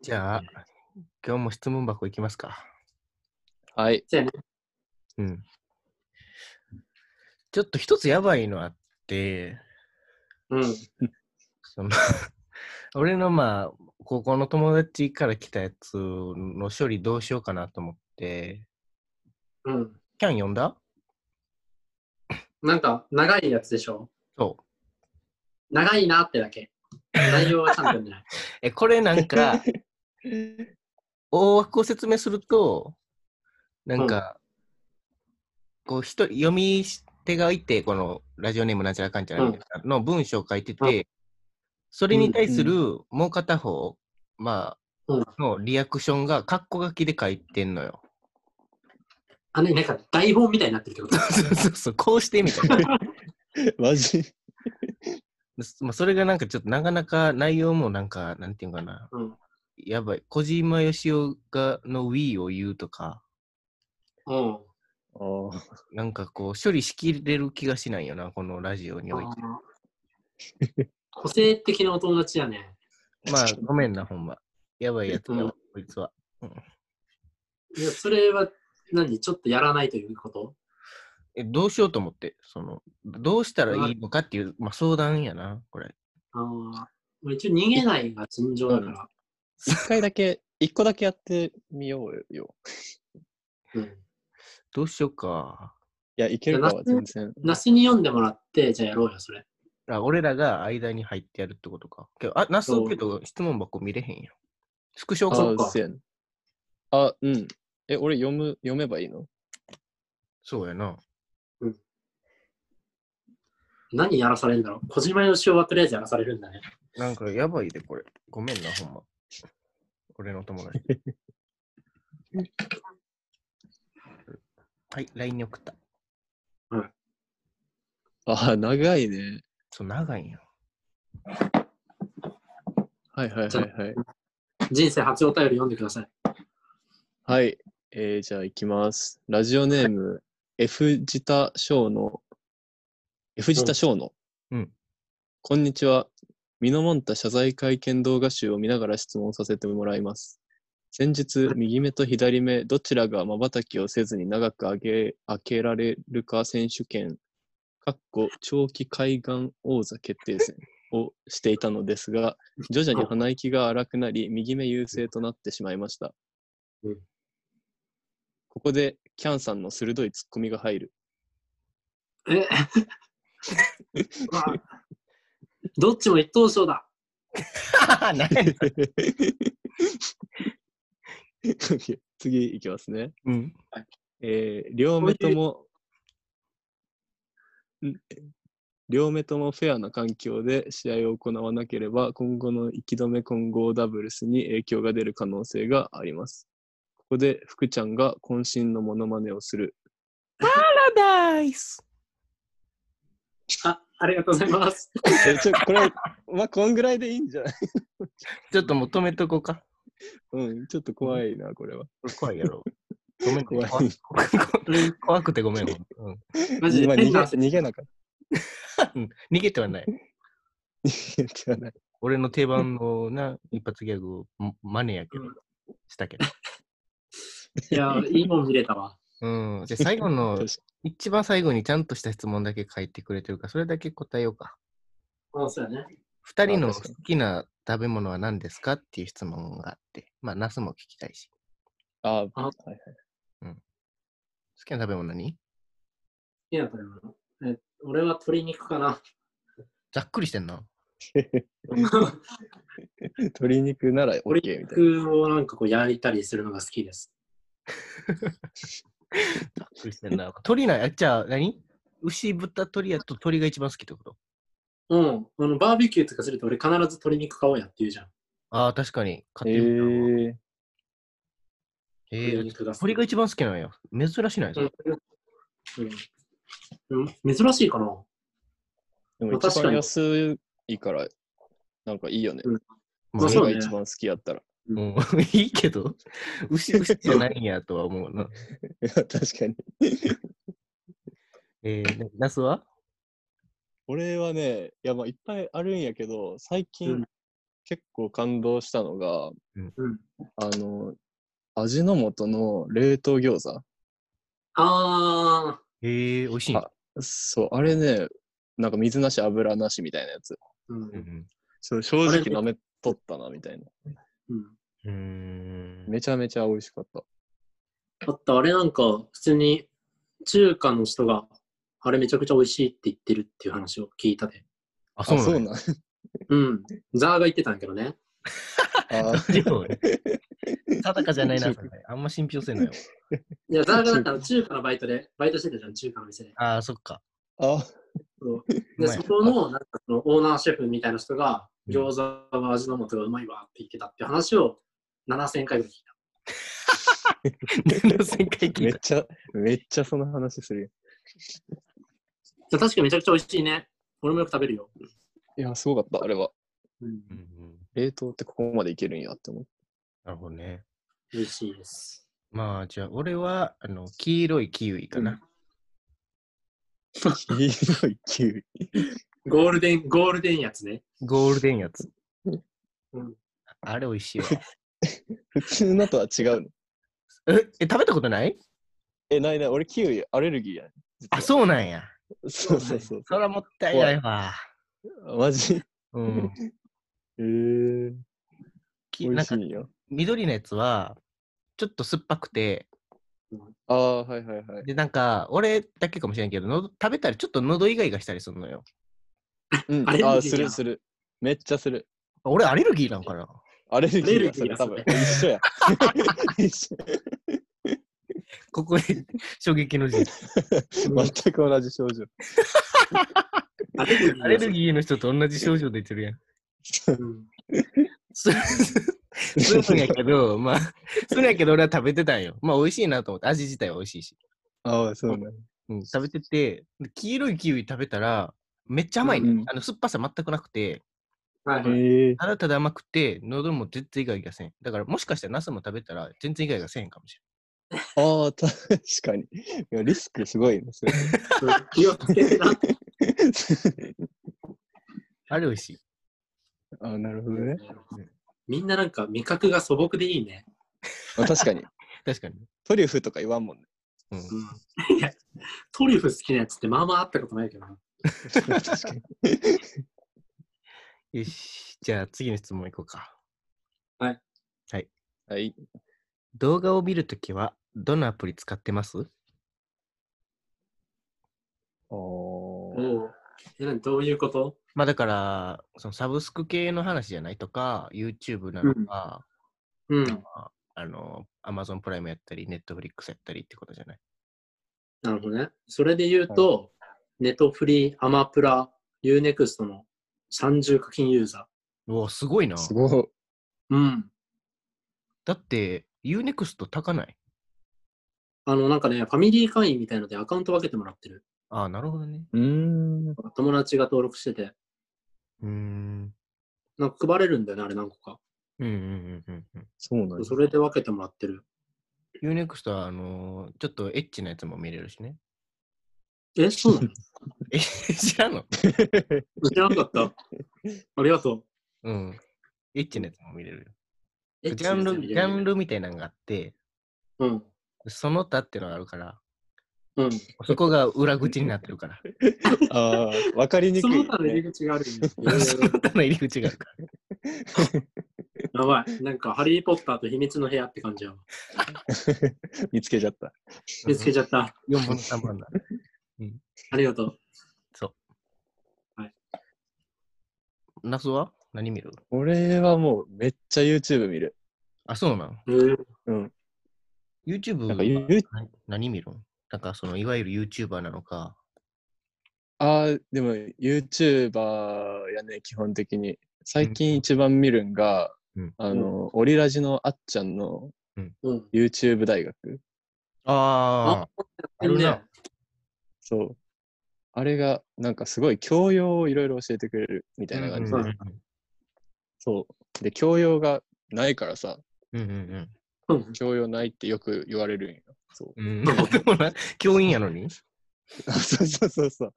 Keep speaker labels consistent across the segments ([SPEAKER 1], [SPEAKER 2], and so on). [SPEAKER 1] じゃあ、今日も質問箱いきますか。
[SPEAKER 2] はい。
[SPEAKER 3] そうやね。
[SPEAKER 1] うん。ちょっと一つやばいのあって、
[SPEAKER 3] うん。
[SPEAKER 1] その 俺のまあ、高校の友達から来たやつの処理どうしようかなと思って、
[SPEAKER 3] うん。
[SPEAKER 1] キャン読んだ
[SPEAKER 3] なんか、長いやつでしょ
[SPEAKER 1] そう。
[SPEAKER 3] 長いなってだけ。内容はちゃんと読んでない。
[SPEAKER 1] え、これなんか、大枠を説明すると、なんか、こう人、読み手がいて、このラジオネームなんちゃらかんちゃらみたいなの文章を書いてて、それに対するもう片方、ま
[SPEAKER 3] うん
[SPEAKER 1] あ、のリアクションがカッコ書きで書いてんの よ。
[SPEAKER 3] あ、ね、なんか台本みたいになってるってこと
[SPEAKER 1] そうそうそう、こうしてみたいな。
[SPEAKER 2] マジ
[SPEAKER 1] まあそれがなんかちょっとなかなか内容もなんか、なんていうのかな、
[SPEAKER 3] うん。
[SPEAKER 1] やばい。小島よしおがの Wii を言うとか、
[SPEAKER 3] うん。
[SPEAKER 2] あー
[SPEAKER 1] なんかこう、処理しきれる気がしないよな、このラジオにおいて。
[SPEAKER 3] あー個性的なお友達やね。
[SPEAKER 1] まあ、ごめんな、ほんま。やばいやつだ
[SPEAKER 3] うん
[SPEAKER 1] わ、こいつは。
[SPEAKER 3] いや、それは何ちょっとやらないということ
[SPEAKER 1] え、どうしようと思って、その、どうしたらいいのかっていう、まあ、相談やな、これ。
[SPEAKER 3] あーまあ一応逃げないが尋常だか
[SPEAKER 2] 一回だけ、一個だけやってみようよ。
[SPEAKER 3] ら。うん。
[SPEAKER 1] どうしようか。
[SPEAKER 2] いや、いけるかは全然。
[SPEAKER 3] 那須に読んでもらって、じゃあやろうよ、それ。
[SPEAKER 1] あ、俺らが間に入ってやるってことか。けど、あ、ナス
[SPEAKER 3] そう
[SPEAKER 1] けど質問箱見れへんやん。スクショ
[SPEAKER 2] あ
[SPEAKER 1] か。
[SPEAKER 3] そっか
[SPEAKER 2] ーせやねあ、うん。え、俺読む、読めばいいの
[SPEAKER 1] そうやな。
[SPEAKER 3] 何やらされるんだろう小島よしおはとりあえずやらされるんだね。
[SPEAKER 1] なんかやばいで、これ。ごめんな、ほんま。俺の友達。はい、LINE に送った。
[SPEAKER 2] あー、長いね。
[SPEAKER 1] そう、長いんや。
[SPEAKER 2] はいはいはいはい。
[SPEAKER 3] 人生初お便り読んでください。
[SPEAKER 2] はい。えー、じゃあ行きます。ラジオネーム、F ジタ翔の、F ジタ翔の。
[SPEAKER 1] うん。
[SPEAKER 2] こんにちは。ミノモンタ謝罪会見動画集を見ながら質問させてもらいます。先日、右目と左目、どちらが瞬きをせずに長く上げ、開けられるか選手権、かっこ長期海岸王座決定戦 をしていたのですが、徐々に鼻息が荒くなり、右目優勢となってしまいました。ここで、キャンさんの鋭いツッコミが入る。
[SPEAKER 3] えうわどっちも一等賞だ。
[SPEAKER 1] 何やねん
[SPEAKER 2] OK 次いきますね。
[SPEAKER 1] うん。
[SPEAKER 2] えー両目とも、ん両目ともフェアな環境で試合を行わなければ、今後の息止め混合ダブルスに影響が出る可能性があります。ここで、福ちゃんが渾身のモノマネをする。
[SPEAKER 1] パラダイス
[SPEAKER 3] あ、ありがとうございます。
[SPEAKER 2] えちょこれ、まあ、こんぐらいでいいんじゃない
[SPEAKER 1] ちょっともう止めとこうか。
[SPEAKER 2] うん、ちょっと怖いな、これは。
[SPEAKER 1] これ怖いやろ。ごめん、
[SPEAKER 2] 怖い
[SPEAKER 1] 怖い怖くてごめん。ほんとうん
[SPEAKER 3] マジで
[SPEAKER 2] 今逃げ
[SPEAKER 3] 変な汗
[SPEAKER 2] 逃げなかっ
[SPEAKER 1] うん逃げてはない。
[SPEAKER 2] た。 逃げてない
[SPEAKER 1] 俺の定番のな、一発ギャグをんマネやけど
[SPEAKER 3] う、
[SPEAKER 1] したけど。
[SPEAKER 3] いや、いいもん見れたわ。
[SPEAKER 1] うん。じゃあ最後の
[SPEAKER 2] 確、か
[SPEAKER 1] 一番最後にちゃんとした質問だけ書いてくれてるから、それだけ答えようか。
[SPEAKER 3] うん、そうやね。
[SPEAKER 1] 二人の
[SPEAKER 2] あ
[SPEAKER 1] 好
[SPEAKER 2] 確かに
[SPEAKER 1] きな食べ物は何ですかっていう質問があって、まあ、ナスも聞きたいし。
[SPEAKER 2] あー、
[SPEAKER 3] あ
[SPEAKER 2] はいはい。
[SPEAKER 1] 好きな食べ物何
[SPEAKER 3] いや、これは。え、俺は鶏肉かな。
[SPEAKER 1] ざっくりしてんな。
[SPEAKER 2] 鶏肉なら OK み
[SPEAKER 3] 鶏
[SPEAKER 2] たいな。
[SPEAKER 3] 肉をなんかこう焼いたりするのが好きです。
[SPEAKER 1] ざっくりしてんな。鳥な、あじゃあ何牛、豚、鳥やと鳥が一番好きってこと
[SPEAKER 3] うん、あのバーベキューとかすると俺必ず鶏肉買おうやって言うじゃん。
[SPEAKER 1] ああ、確かに。買
[SPEAKER 2] え
[SPEAKER 1] ってみたわ
[SPEAKER 2] ー、
[SPEAKER 1] え
[SPEAKER 3] 鶏
[SPEAKER 1] ー
[SPEAKER 3] 肉が好き
[SPEAKER 1] 鳥が一番好きなんや。珍しないぞ。
[SPEAKER 3] うん、うん、珍しいかな。
[SPEAKER 2] でも
[SPEAKER 3] まあ
[SPEAKER 2] 一
[SPEAKER 3] 確か
[SPEAKER 2] 番
[SPEAKER 3] に
[SPEAKER 2] 安いから、なんかいいよね。
[SPEAKER 3] うん
[SPEAKER 1] まあ
[SPEAKER 3] まあ
[SPEAKER 2] そ
[SPEAKER 3] そう
[SPEAKER 2] れ
[SPEAKER 3] ね
[SPEAKER 2] が一番好きやったら。
[SPEAKER 1] もう いいけど、牛、牛じゃないんやとは思うな。
[SPEAKER 2] いや確かに。
[SPEAKER 1] えー、ナスは
[SPEAKER 2] 俺はね、いやまあいっぱいあるんやけど、最近、
[SPEAKER 3] うん
[SPEAKER 2] 結構感動したのが、
[SPEAKER 3] うん。
[SPEAKER 2] あの、味の素の冷凍餃子。
[SPEAKER 3] あ
[SPEAKER 1] へえ、美味しい。
[SPEAKER 2] あそう、あれね、なんか水なし油なしみたいなやつ。
[SPEAKER 3] ー。うん。
[SPEAKER 1] うん
[SPEAKER 2] そう正
[SPEAKER 3] あ
[SPEAKER 2] 直
[SPEAKER 3] れ
[SPEAKER 2] 舐めとったな、みたいな。
[SPEAKER 3] うん。
[SPEAKER 1] うん。う
[SPEAKER 2] めちゃめちゃ美味しかった。
[SPEAKER 3] だってあれなんか、普通に中華の人が、あれめちゃくちゃ美味しいって言ってるっていう話を聞いたで。
[SPEAKER 1] あ、
[SPEAKER 2] あ
[SPEAKER 1] そうなの、
[SPEAKER 2] ん
[SPEAKER 3] うん。ザーが言ってたんやけどね。
[SPEAKER 2] あー
[SPEAKER 1] でもね、定かじゃないな、それあんま信憑性ないよ。
[SPEAKER 3] いや、ザーがだったら中華のバイトで、バイトしてたじゃん、中華の店で。
[SPEAKER 1] ああ、そっか。
[SPEAKER 2] あ、
[SPEAKER 3] そう
[SPEAKER 1] う
[SPEAKER 3] で、
[SPEAKER 1] まい
[SPEAKER 3] そこの、なんかそのオーナーシェフみたいな人が、
[SPEAKER 1] うん
[SPEAKER 3] 餃子は味の素がうまいわって言ってたっていう話を7000回ぐらい聞いた。
[SPEAKER 1] 7000回聞い。
[SPEAKER 2] めったちゃ、めっちゃその話する
[SPEAKER 3] いや確かにめちゃくちゃ美味しいね。俺もよく食べるよ。
[SPEAKER 2] やん。いや、すごかった、あれは。
[SPEAKER 3] うん。
[SPEAKER 1] うんうん
[SPEAKER 2] 冷凍ってここまでいけるんやって思う。
[SPEAKER 1] なるほどね。
[SPEAKER 3] 美味しいです。
[SPEAKER 1] まあ、じゃあ、俺は、あの、黄色いキウイかな。
[SPEAKER 2] 黄色いキウイ。
[SPEAKER 3] ゴールデン、ゴールデンやつね。
[SPEAKER 1] ゴールデンやつ。
[SPEAKER 3] うん。
[SPEAKER 1] あれ美味しい わ。
[SPEAKER 2] 普通のとは違うの。
[SPEAKER 1] え、え食べたことない
[SPEAKER 2] え、ないない、俺キウイアレルギーやね
[SPEAKER 1] あ、そうなんや。
[SPEAKER 2] ん。そうそうそう。
[SPEAKER 1] そらもったいないわ。
[SPEAKER 2] マジ
[SPEAKER 1] うん。
[SPEAKER 2] えー、
[SPEAKER 1] き
[SPEAKER 2] 美
[SPEAKER 1] なん
[SPEAKER 2] 味
[SPEAKER 1] か
[SPEAKER 2] しいよ。
[SPEAKER 1] 緑のやつは、ちょっと酸っぱくて、
[SPEAKER 2] ああ、はいはいはい。
[SPEAKER 1] で、なんか、俺だけかもしれんけど、のど食べたらちょっと喉以外がしたりするのよ。
[SPEAKER 2] うん、
[SPEAKER 3] ア
[SPEAKER 2] あ
[SPEAKER 3] レルギーじゃん
[SPEAKER 2] ーするする。めっちゃする。
[SPEAKER 1] あ俺、アレルギーなんかな
[SPEAKER 2] アレルギ
[SPEAKER 3] アレ
[SPEAKER 2] ー
[SPEAKER 3] ル
[SPEAKER 2] だ、
[SPEAKER 3] ギー
[SPEAKER 2] それ
[SPEAKER 3] だ
[SPEAKER 2] 多分。一緒や。一緒
[SPEAKER 1] ここで 衝撃の字。
[SPEAKER 2] 全く同じ症状。
[SPEAKER 3] アレルギー
[SPEAKER 1] アレルギーの人と同じ症状出てるや ん。
[SPEAKER 3] ー。うん
[SPEAKER 1] すするんやけど、まあ、するんやけど俺は食べてたんよ。まあ、美味しいなと思って、味自体は美味しいし。
[SPEAKER 2] ああ、そうね。
[SPEAKER 1] うん、食べてて、で黄色いキウイ食べたら、めっちゃ甘いね。
[SPEAKER 2] うんうん
[SPEAKER 1] あの酸っぱさ全くなくて、
[SPEAKER 3] はいはい。
[SPEAKER 2] ええ
[SPEAKER 1] ただただ甘くて、喉も全然イガイガせん。だから、もしかしたらナスも食べたら、全然イガイガせんかもし
[SPEAKER 2] ああ、 確かに。いやリスクすごいね。それ
[SPEAKER 3] うん気をつけてな。
[SPEAKER 1] れん。あれ美味しい。
[SPEAKER 2] ああ、なるほどね。
[SPEAKER 3] みんななんか味覚が素朴でいいね。
[SPEAKER 2] まあ、確かに。
[SPEAKER 1] 確かに。
[SPEAKER 2] トリュフとか言わんもん ね。
[SPEAKER 1] うん、
[SPEAKER 3] うん、いや、トリュフ好きなやつってまあまああったことないけどな。
[SPEAKER 2] 確かに。
[SPEAKER 1] よし。じゃあ、次の質問いこうか。
[SPEAKER 2] はい。
[SPEAKER 1] 動画を見るときは、どのアプリ使ってます
[SPEAKER 2] おー
[SPEAKER 3] おうえ、なんどういうこと
[SPEAKER 1] まあだから、そのサブスク系の話じゃないとか、YouTube なのか、
[SPEAKER 3] うん。
[SPEAKER 1] あの、Amazon プライムやったり、Netflix やったりってことじゃない。
[SPEAKER 3] なるほどね。それで言うと、ネトフリー、アマプラ、ユーネクストの30課金ユーザ
[SPEAKER 1] うわ、すごいな。
[SPEAKER 2] すごい。
[SPEAKER 3] ー。うん。
[SPEAKER 1] だって、Unext 高ない。
[SPEAKER 3] あの、なんかね、ファミリー会員みたいのでアカウント分けてもらってる。
[SPEAKER 1] ああ、なるほどね。
[SPEAKER 2] うーん。
[SPEAKER 3] 友達が登録してて、
[SPEAKER 1] うーん。
[SPEAKER 3] なんか配れるんだよね、あれ何個か。
[SPEAKER 1] うんうんうんうん
[SPEAKER 2] そうなんだ
[SPEAKER 3] それで分けてもらってる。
[SPEAKER 1] うん。Unext は、あのーちょっとエッチなやつも見れるしね。
[SPEAKER 3] え、そうなの
[SPEAKER 1] え、知らんの
[SPEAKER 3] 知らなかった。ありがとう。
[SPEAKER 1] うん。エッチなやつも見れる
[SPEAKER 3] え
[SPEAKER 1] よ。ジャンル、ジャン。ルみたいなのがあって、
[SPEAKER 3] うん。
[SPEAKER 1] その他っていうのがあるから、
[SPEAKER 3] うん。
[SPEAKER 1] そこが裏口になってるから。
[SPEAKER 2] ああ、わかりにく
[SPEAKER 3] そ
[SPEAKER 2] い、
[SPEAKER 3] の他の入
[SPEAKER 2] ね
[SPEAKER 3] り。口があるんや
[SPEAKER 1] その他の入り口があるから。
[SPEAKER 3] やばい。なんか、ハリー・ポッターと秘密の部屋って感じやわ。
[SPEAKER 2] 見つけちゃった。
[SPEAKER 3] 見つけちゃった。
[SPEAKER 1] 4分の3番だ。
[SPEAKER 3] ありがとう。
[SPEAKER 1] ナスは何見る
[SPEAKER 2] 俺はもうめっちゃ YouTube 見る。
[SPEAKER 1] あ、そうなの
[SPEAKER 3] えー、
[SPEAKER 2] うん。
[SPEAKER 1] ?YouTube
[SPEAKER 2] なんか
[SPEAKER 1] は
[SPEAKER 2] you
[SPEAKER 1] 何何見るんなんかそのいわゆる YouTuber なのか。
[SPEAKER 2] ああ、でも YouTuber やね、基本的に。最近一番見るんが、
[SPEAKER 1] うん
[SPEAKER 2] あの、オリラジのあっちゃんの
[SPEAKER 3] うん。
[SPEAKER 2] YouTube 大学。
[SPEAKER 1] ああ、あるな。
[SPEAKER 2] そう。あれが、なんかすごい教養をいろいろ教えてくれるみたいな感じで。
[SPEAKER 3] うんうん
[SPEAKER 2] そう。で、教養がないからさ、
[SPEAKER 1] うんうん
[SPEAKER 3] うん。
[SPEAKER 2] 教養ないってよく言われるんよ。そう。
[SPEAKER 1] うんうん。 でもな、教員やのに
[SPEAKER 2] あそうそうそうそう。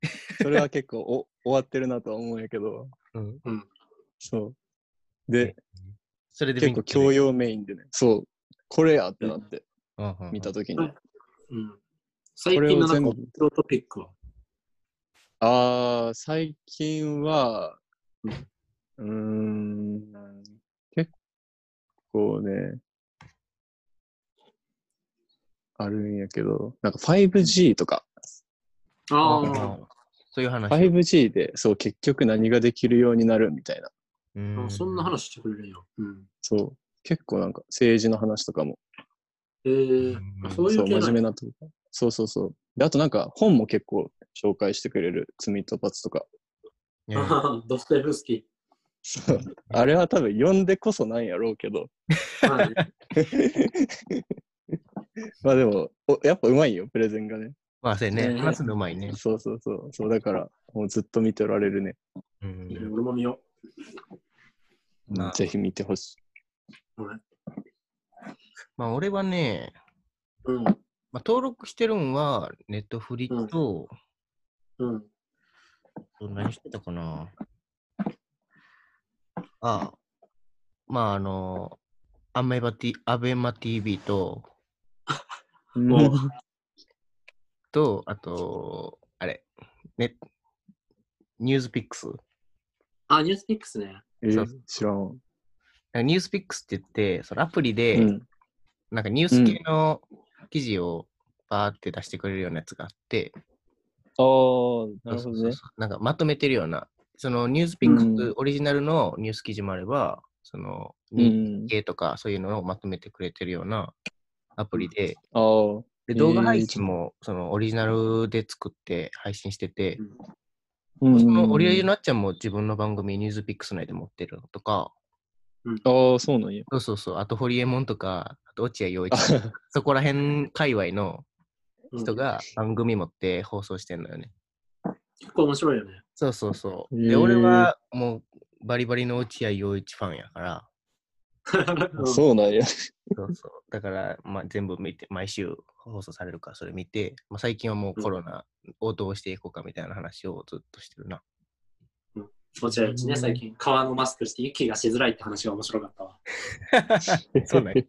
[SPEAKER 2] それは結構お終わってるなとは思うんやけど、
[SPEAKER 1] うん。
[SPEAKER 3] うん。
[SPEAKER 2] そう。で、
[SPEAKER 1] それで
[SPEAKER 2] 結構教養メインでね。そう。これやってなって、見た
[SPEAKER 1] と。
[SPEAKER 2] とき
[SPEAKER 3] う
[SPEAKER 2] に
[SPEAKER 3] ん。うん、最近のなんか
[SPEAKER 2] これを全部
[SPEAKER 3] 目標トピックは。
[SPEAKER 2] ああ、最近は、うーん、結構ね、あるんやけど、なんか 5G とか、
[SPEAKER 1] うんうん
[SPEAKER 3] あ
[SPEAKER 1] そういう話。
[SPEAKER 2] 5G で、そう、結局何ができるようになるみたい
[SPEAKER 1] う
[SPEAKER 2] な、
[SPEAKER 1] ん
[SPEAKER 3] あ、そんな話してくれるんや。うん、
[SPEAKER 2] そう、結構なんか政治の話とかも、
[SPEAKER 3] えー、あそうい
[SPEAKER 2] そうう、
[SPEAKER 3] 系
[SPEAKER 2] 真
[SPEAKER 3] な
[SPEAKER 2] 面
[SPEAKER 3] ん
[SPEAKER 2] 目
[SPEAKER 3] や
[SPEAKER 2] なとこそうそうそう。で、あとなんか本も結構紹介してくれる、積みとパツとか。
[SPEAKER 1] いやいや
[SPEAKER 3] あ ードストエフスキ
[SPEAKER 2] そうあれは多分読んでこそなんやろうけど、
[SPEAKER 3] ー。はい、
[SPEAKER 2] まあでも、おやっぱうまいよ、プレゼンがね。
[SPEAKER 1] まあ、そうやね。
[SPEAKER 3] ね
[SPEAKER 1] 話すのうまいね。
[SPEAKER 2] そうそうそう。そうだから、もうずっと見ておられるね。
[SPEAKER 1] うん
[SPEAKER 3] 俺も見よ
[SPEAKER 1] まあ
[SPEAKER 2] ぜひ見てほしい。
[SPEAKER 3] う。はい
[SPEAKER 1] まあ、俺はね、
[SPEAKER 3] うん
[SPEAKER 1] まあ、登録してるんは、ネットフリと、
[SPEAKER 3] うん、
[SPEAKER 1] 何してたかな。ああ、まあ、あの、アメバティ、アベマ TV と、
[SPEAKER 2] うん
[SPEAKER 3] お
[SPEAKER 1] と、あと、あれ、ね、ニュースピックス。
[SPEAKER 3] あ、ニュースピックスね。
[SPEAKER 2] えー
[SPEAKER 1] そうそ
[SPEAKER 2] 知らん。
[SPEAKER 1] ニュースピックスって言って、そのアプリで、
[SPEAKER 2] うん。
[SPEAKER 1] なんかニュース系の記事をバーって出してくれるようなやつがあって、
[SPEAKER 2] ああ、なる
[SPEAKER 1] そ
[SPEAKER 2] ほ
[SPEAKER 1] う
[SPEAKER 2] ど
[SPEAKER 1] そう
[SPEAKER 2] ね。
[SPEAKER 1] そうなんかまとめてるような、そのニュースピッ
[SPEAKER 2] う
[SPEAKER 1] ク
[SPEAKER 2] ん
[SPEAKER 1] スオリジナルのニュース記事もあれば、その
[SPEAKER 2] う
[SPEAKER 1] 日
[SPEAKER 2] ん。
[SPEAKER 1] 経とかそういうのをまとめてくれてるようなアプリで、
[SPEAKER 2] ああ。
[SPEAKER 1] で
[SPEAKER 2] へー
[SPEAKER 1] 動画配信もそのオリジナルで作って配信してて、
[SPEAKER 2] う
[SPEAKER 1] そ
[SPEAKER 2] ん。
[SPEAKER 1] のオリジナルなっちゃんも自分の番組ニュースピックス内で持ってるのとか、
[SPEAKER 2] ああ、そうなんや。
[SPEAKER 1] そうそうそう、あとホリエモンとか、あと落合陽一とか、そこら辺界隈の
[SPEAKER 3] うん
[SPEAKER 1] 人が番組持って放送してんのよね。
[SPEAKER 3] 結構面白いよね。
[SPEAKER 1] そうそうそう。
[SPEAKER 2] へ
[SPEAKER 1] で、
[SPEAKER 2] ー
[SPEAKER 1] 俺はもうバリバリの落合陽一ファンやから、
[SPEAKER 3] う
[SPEAKER 2] そうなんや。
[SPEAKER 1] そうそう。だから、まあ、全部見て、毎週放送されるから、それ見て、まあ、最近はもうコロナをどうしていこうかみたいな話をずっとしてるな。
[SPEAKER 3] ん。落合うちね、最近、革のマスクして息がしづらいって話が面白かったわ。
[SPEAKER 1] そうなんや。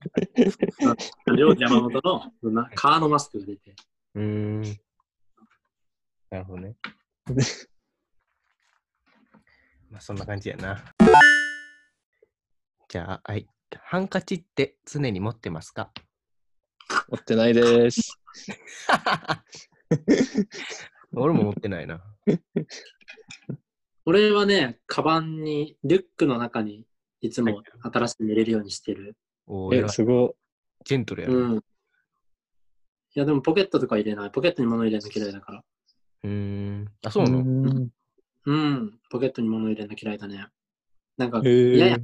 [SPEAKER 3] 両山本のそんな革のマスクが出て。
[SPEAKER 1] うーん。なるほどね。まあ、そんな感じやな。じゃあ、はい。ハンカチって常に持ってますか
[SPEAKER 2] 持ってない です。
[SPEAKER 1] 俺も持ってないな。
[SPEAKER 3] 俺はね、カバンに、リュックの中にいつも新しく入れるようにしてる。
[SPEAKER 1] おー
[SPEAKER 2] え
[SPEAKER 1] 偉、い
[SPEAKER 2] すご
[SPEAKER 1] ジェントルやな。
[SPEAKER 3] うん。いや、でもポケットとか入れない。ポケットに物入れるの嫌いだから。
[SPEAKER 1] うーん。あ、
[SPEAKER 2] い。
[SPEAKER 1] そうなの
[SPEAKER 2] ん
[SPEAKER 3] うん。ポケットに物入れるの嫌いだね。なんか、いやい
[SPEAKER 2] へ
[SPEAKER 3] や
[SPEAKER 2] え。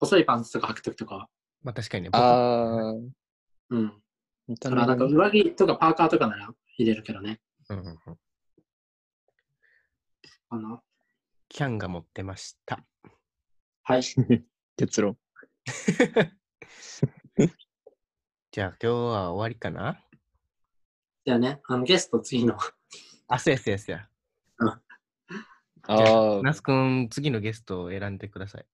[SPEAKER 3] 細いパンツとか履くときとか。
[SPEAKER 1] まあ確かにね。
[SPEAKER 2] ああ、
[SPEAKER 3] うん。
[SPEAKER 2] 見た
[SPEAKER 3] だから
[SPEAKER 2] 目
[SPEAKER 3] なんか
[SPEAKER 2] がね。
[SPEAKER 3] 上着とかパーカーとかなら入れるけどね。
[SPEAKER 1] 僕うんうんうん
[SPEAKER 3] あの、
[SPEAKER 1] キャンが持ってました。
[SPEAKER 3] はい。
[SPEAKER 2] 結論。
[SPEAKER 1] じゃあ今日は終わりかな
[SPEAKER 3] じゃあね、あのゲスト次の。
[SPEAKER 1] あ、そうやそうやそうや。
[SPEAKER 2] あ
[SPEAKER 1] 那須くん、次のゲストを選んでください。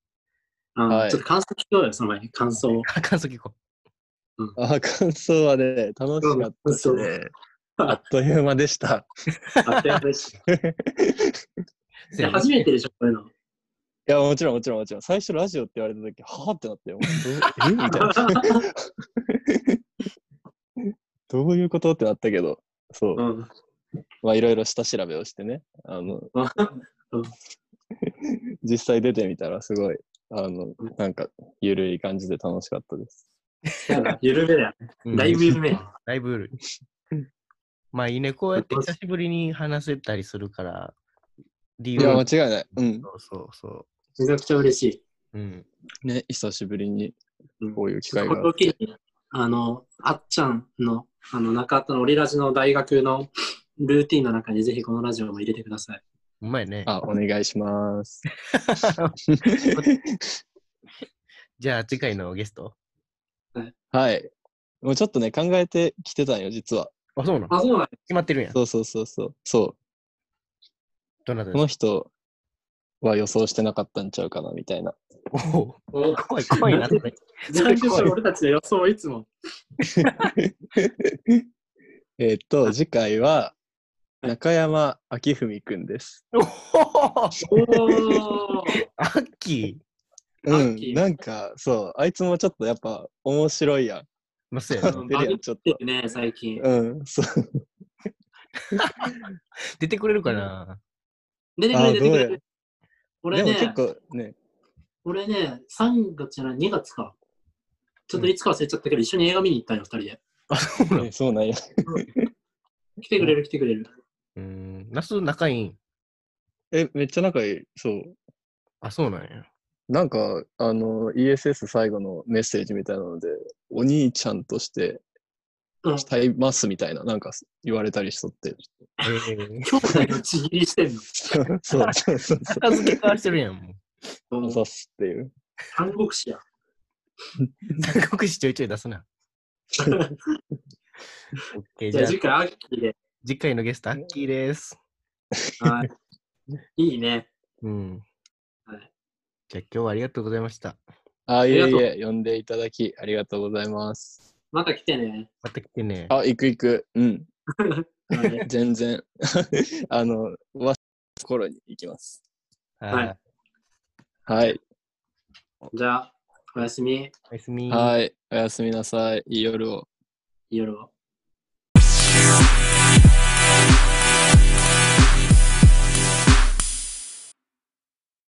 [SPEAKER 3] うん
[SPEAKER 2] はい
[SPEAKER 3] ちょっと感想聞こうよ、その前に感想。
[SPEAKER 1] あ感想聞こ
[SPEAKER 2] あ。ああ、感想はね、楽しかったですね。あっという間でした。
[SPEAKER 3] あっという間でした
[SPEAKER 1] う。
[SPEAKER 3] いや初めてでしょ、こういう の。
[SPEAKER 2] いや、もちろん、もちろん、もちろん。最初ラジオって言われた時、はぁってなって、もうどうえみ たいな。どういうことってなったけど、そう
[SPEAKER 3] う。ん。
[SPEAKER 2] まあ、いろいろ下調べをしてね、あの、 実際出てみたら、すごい、あの、なんか、ゆるい感じで楽しかったです。
[SPEAKER 3] なんか緩めだよ。
[SPEAKER 1] うん
[SPEAKER 3] だいぶ緩めや。
[SPEAKER 1] だいぶ緩い。まあいいね、こうやって久しぶりに話せたりするから、理
[SPEAKER 2] い
[SPEAKER 1] 由
[SPEAKER 2] や、間
[SPEAKER 1] は
[SPEAKER 2] 違いない。うん
[SPEAKER 1] そ。うそうそ
[SPEAKER 3] めちゃくちゃ嬉しい。
[SPEAKER 1] う。うん。
[SPEAKER 2] ね、久しぶりに
[SPEAKER 3] うん
[SPEAKER 2] こういう機会
[SPEAKER 3] こ
[SPEAKER 2] が
[SPEAKER 3] れ
[SPEAKER 2] あ
[SPEAKER 3] を
[SPEAKER 2] っ
[SPEAKER 3] 機
[SPEAKER 2] て。
[SPEAKER 3] に、あの、あっちゃんの、あの、中田のオリラジの大学のルーティンの中にぜひこのラジオも入れてください。
[SPEAKER 1] うまいね。
[SPEAKER 2] あ、お願いします。
[SPEAKER 1] じゃあ次回のゲスト
[SPEAKER 2] はい。もうちょっとね、考えてきてたんよ、実は。
[SPEAKER 1] あ、そうなの
[SPEAKER 3] あ、
[SPEAKER 1] 決
[SPEAKER 3] そうなんや
[SPEAKER 1] まってるやん。
[SPEAKER 2] そうそうそうそう。そう。
[SPEAKER 1] どなた
[SPEAKER 2] こ
[SPEAKER 1] ですか
[SPEAKER 2] の人、は予想してなかったんちゃうかなみたいな。
[SPEAKER 1] おお、
[SPEAKER 3] お
[SPEAKER 1] 怖い、怖いな、それ。
[SPEAKER 3] 最初から俺たちの予想をいつも。
[SPEAKER 2] えっと、次回は中山明文くんです。
[SPEAKER 1] おお
[SPEAKER 3] お ー
[SPEAKER 1] アッキー。
[SPEAKER 3] 明
[SPEAKER 2] うん、なんかそう、あいつもちょっとやっぱ面白いやん。
[SPEAKER 1] まあ、そうや
[SPEAKER 2] や
[SPEAKER 1] な
[SPEAKER 2] っ。て
[SPEAKER 3] バ
[SPEAKER 2] る
[SPEAKER 3] グ
[SPEAKER 2] や
[SPEAKER 3] っ
[SPEAKER 2] ん、ちょってと。
[SPEAKER 3] るね、最近。
[SPEAKER 2] うん、そう。
[SPEAKER 1] 出てくれるかな
[SPEAKER 3] 出てくれ、出てく
[SPEAKER 2] あどうや
[SPEAKER 3] れ。
[SPEAKER 2] で
[SPEAKER 3] 俺
[SPEAKER 2] も結
[SPEAKER 3] ね、
[SPEAKER 2] 構ね、
[SPEAKER 3] 俺ね、3月じゃない、2月か。ちょっといつか忘れちゃったけど、一緒に映画見に行ったんよ、二人で。
[SPEAKER 1] うん
[SPEAKER 2] ねそうなんや。
[SPEAKER 3] 来てくれる、来てくれる。
[SPEAKER 1] うーん、ナス仲いいん。
[SPEAKER 2] え、めっちゃ仲いい。そう。
[SPEAKER 1] あ、そうなんや。
[SPEAKER 2] なんか、あの、ESS 最後のメッセージみたいなので、お兄ちゃんとして
[SPEAKER 3] うん
[SPEAKER 2] したいますみたいな、なんか言われたりしとって。
[SPEAKER 1] えー、
[SPEAKER 3] 兄弟のちぎりしてんの。
[SPEAKER 2] そうそうそうそう。
[SPEAKER 1] 片付け交わしてるやん、もう。
[SPEAKER 2] あざっすっていう。
[SPEAKER 3] 韓国史や。
[SPEAKER 1] 三国志ちょいちょい出すな。オッケーじ
[SPEAKER 3] じゃ
[SPEAKER 1] ゃ
[SPEAKER 3] あ
[SPEAKER 1] あ
[SPEAKER 3] 次、回、アッキーで。
[SPEAKER 1] 次回のゲスト、アッキーです。
[SPEAKER 3] はい。いいね。
[SPEAKER 1] うん。
[SPEAKER 3] はい
[SPEAKER 1] じゃあ、今日はありがとうございました。
[SPEAKER 2] あ、いえ
[SPEAKER 3] あり
[SPEAKER 2] い
[SPEAKER 3] が
[SPEAKER 2] え、呼んでいただきありがとうございます。
[SPEAKER 3] また来てね。
[SPEAKER 1] また来てね。
[SPEAKER 2] あ、行く行く。うん、
[SPEAKER 3] はい
[SPEAKER 2] 全然。あの、わし頃に行きます。
[SPEAKER 1] はい
[SPEAKER 3] はい
[SPEAKER 2] はい。
[SPEAKER 3] じゃあ、おやすみ。
[SPEAKER 1] おやすみ。
[SPEAKER 2] はい。おやすみなさい。いい夜を。
[SPEAKER 3] 夜を。